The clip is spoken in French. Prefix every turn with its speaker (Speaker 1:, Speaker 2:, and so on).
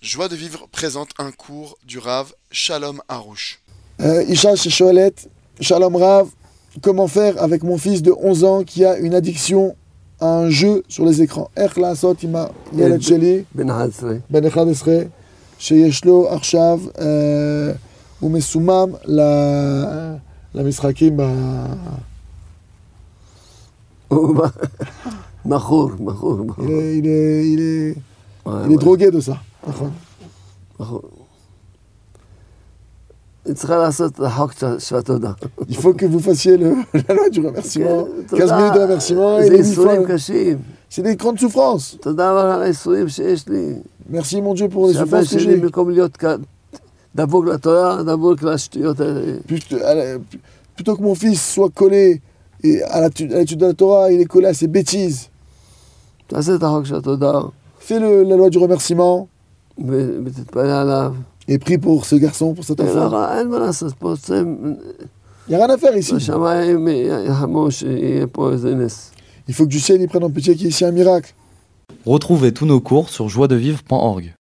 Speaker 1: Joie de vivre présente un cours du Rav Shalom Harouche.
Speaker 2: Euh, Isha Shoelet, Shalom Rav, comment faire avec mon fils de 11 ans qui a une addiction à un jeu sur les écrans איך לעשות עם הילד שלי,
Speaker 3: בן 11.
Speaker 2: בן 11, שיש לו עכשיו, אה, הוא מסומם ל- למשחקים ב...
Speaker 3: הוא בא- מכור, מכור, מכור.
Speaker 2: Il est, il est, il est,
Speaker 3: וואי,
Speaker 2: il est
Speaker 3: וואי,
Speaker 2: drogué de ça. נכון.
Speaker 3: מכור. היא צריכה לעשות את החוק של- של התודה. כן,
Speaker 2: Il faut que vous fassiez le, la loi du remerciement, 15 minutes de remerciement et
Speaker 3: זה
Speaker 2: les huit fois.
Speaker 3: ייסורים קשים.
Speaker 2: C'est des grandes souffrances.
Speaker 3: תודה רבה על האיסורים שיש לי.
Speaker 2: Merci mon Dieu pour les
Speaker 3: שהבן
Speaker 2: souffrances que j'ai.
Speaker 3: שלי במקום להיות כ- דבוק לתורה, דבוק לשטויות האלה.
Speaker 2: Plutôt- à la- Plutôt que mon fils soit collé et à la- à l'étude de la Torah, il est collé à ses bêtises.
Speaker 3: תעשה את החוק של התודה,
Speaker 2: Fais le- la loi du remerciement
Speaker 3: ו- ותתפלל עליו.
Speaker 2: et prie pour ce garçon, pour cet
Speaker 3: אין
Speaker 2: enfant.
Speaker 3: מה- אין מה לעשות, פה צריכים...
Speaker 2: Il n'y a rien à faire ici.
Speaker 3: בשמיים יחמו שיהיה פה איזה נס.
Speaker 2: Il faut que du ciel, il prenne en pitié qu'il y ait ici un miracle.
Speaker 4: Retrouvez tous nos cours sur joiedevivre.org.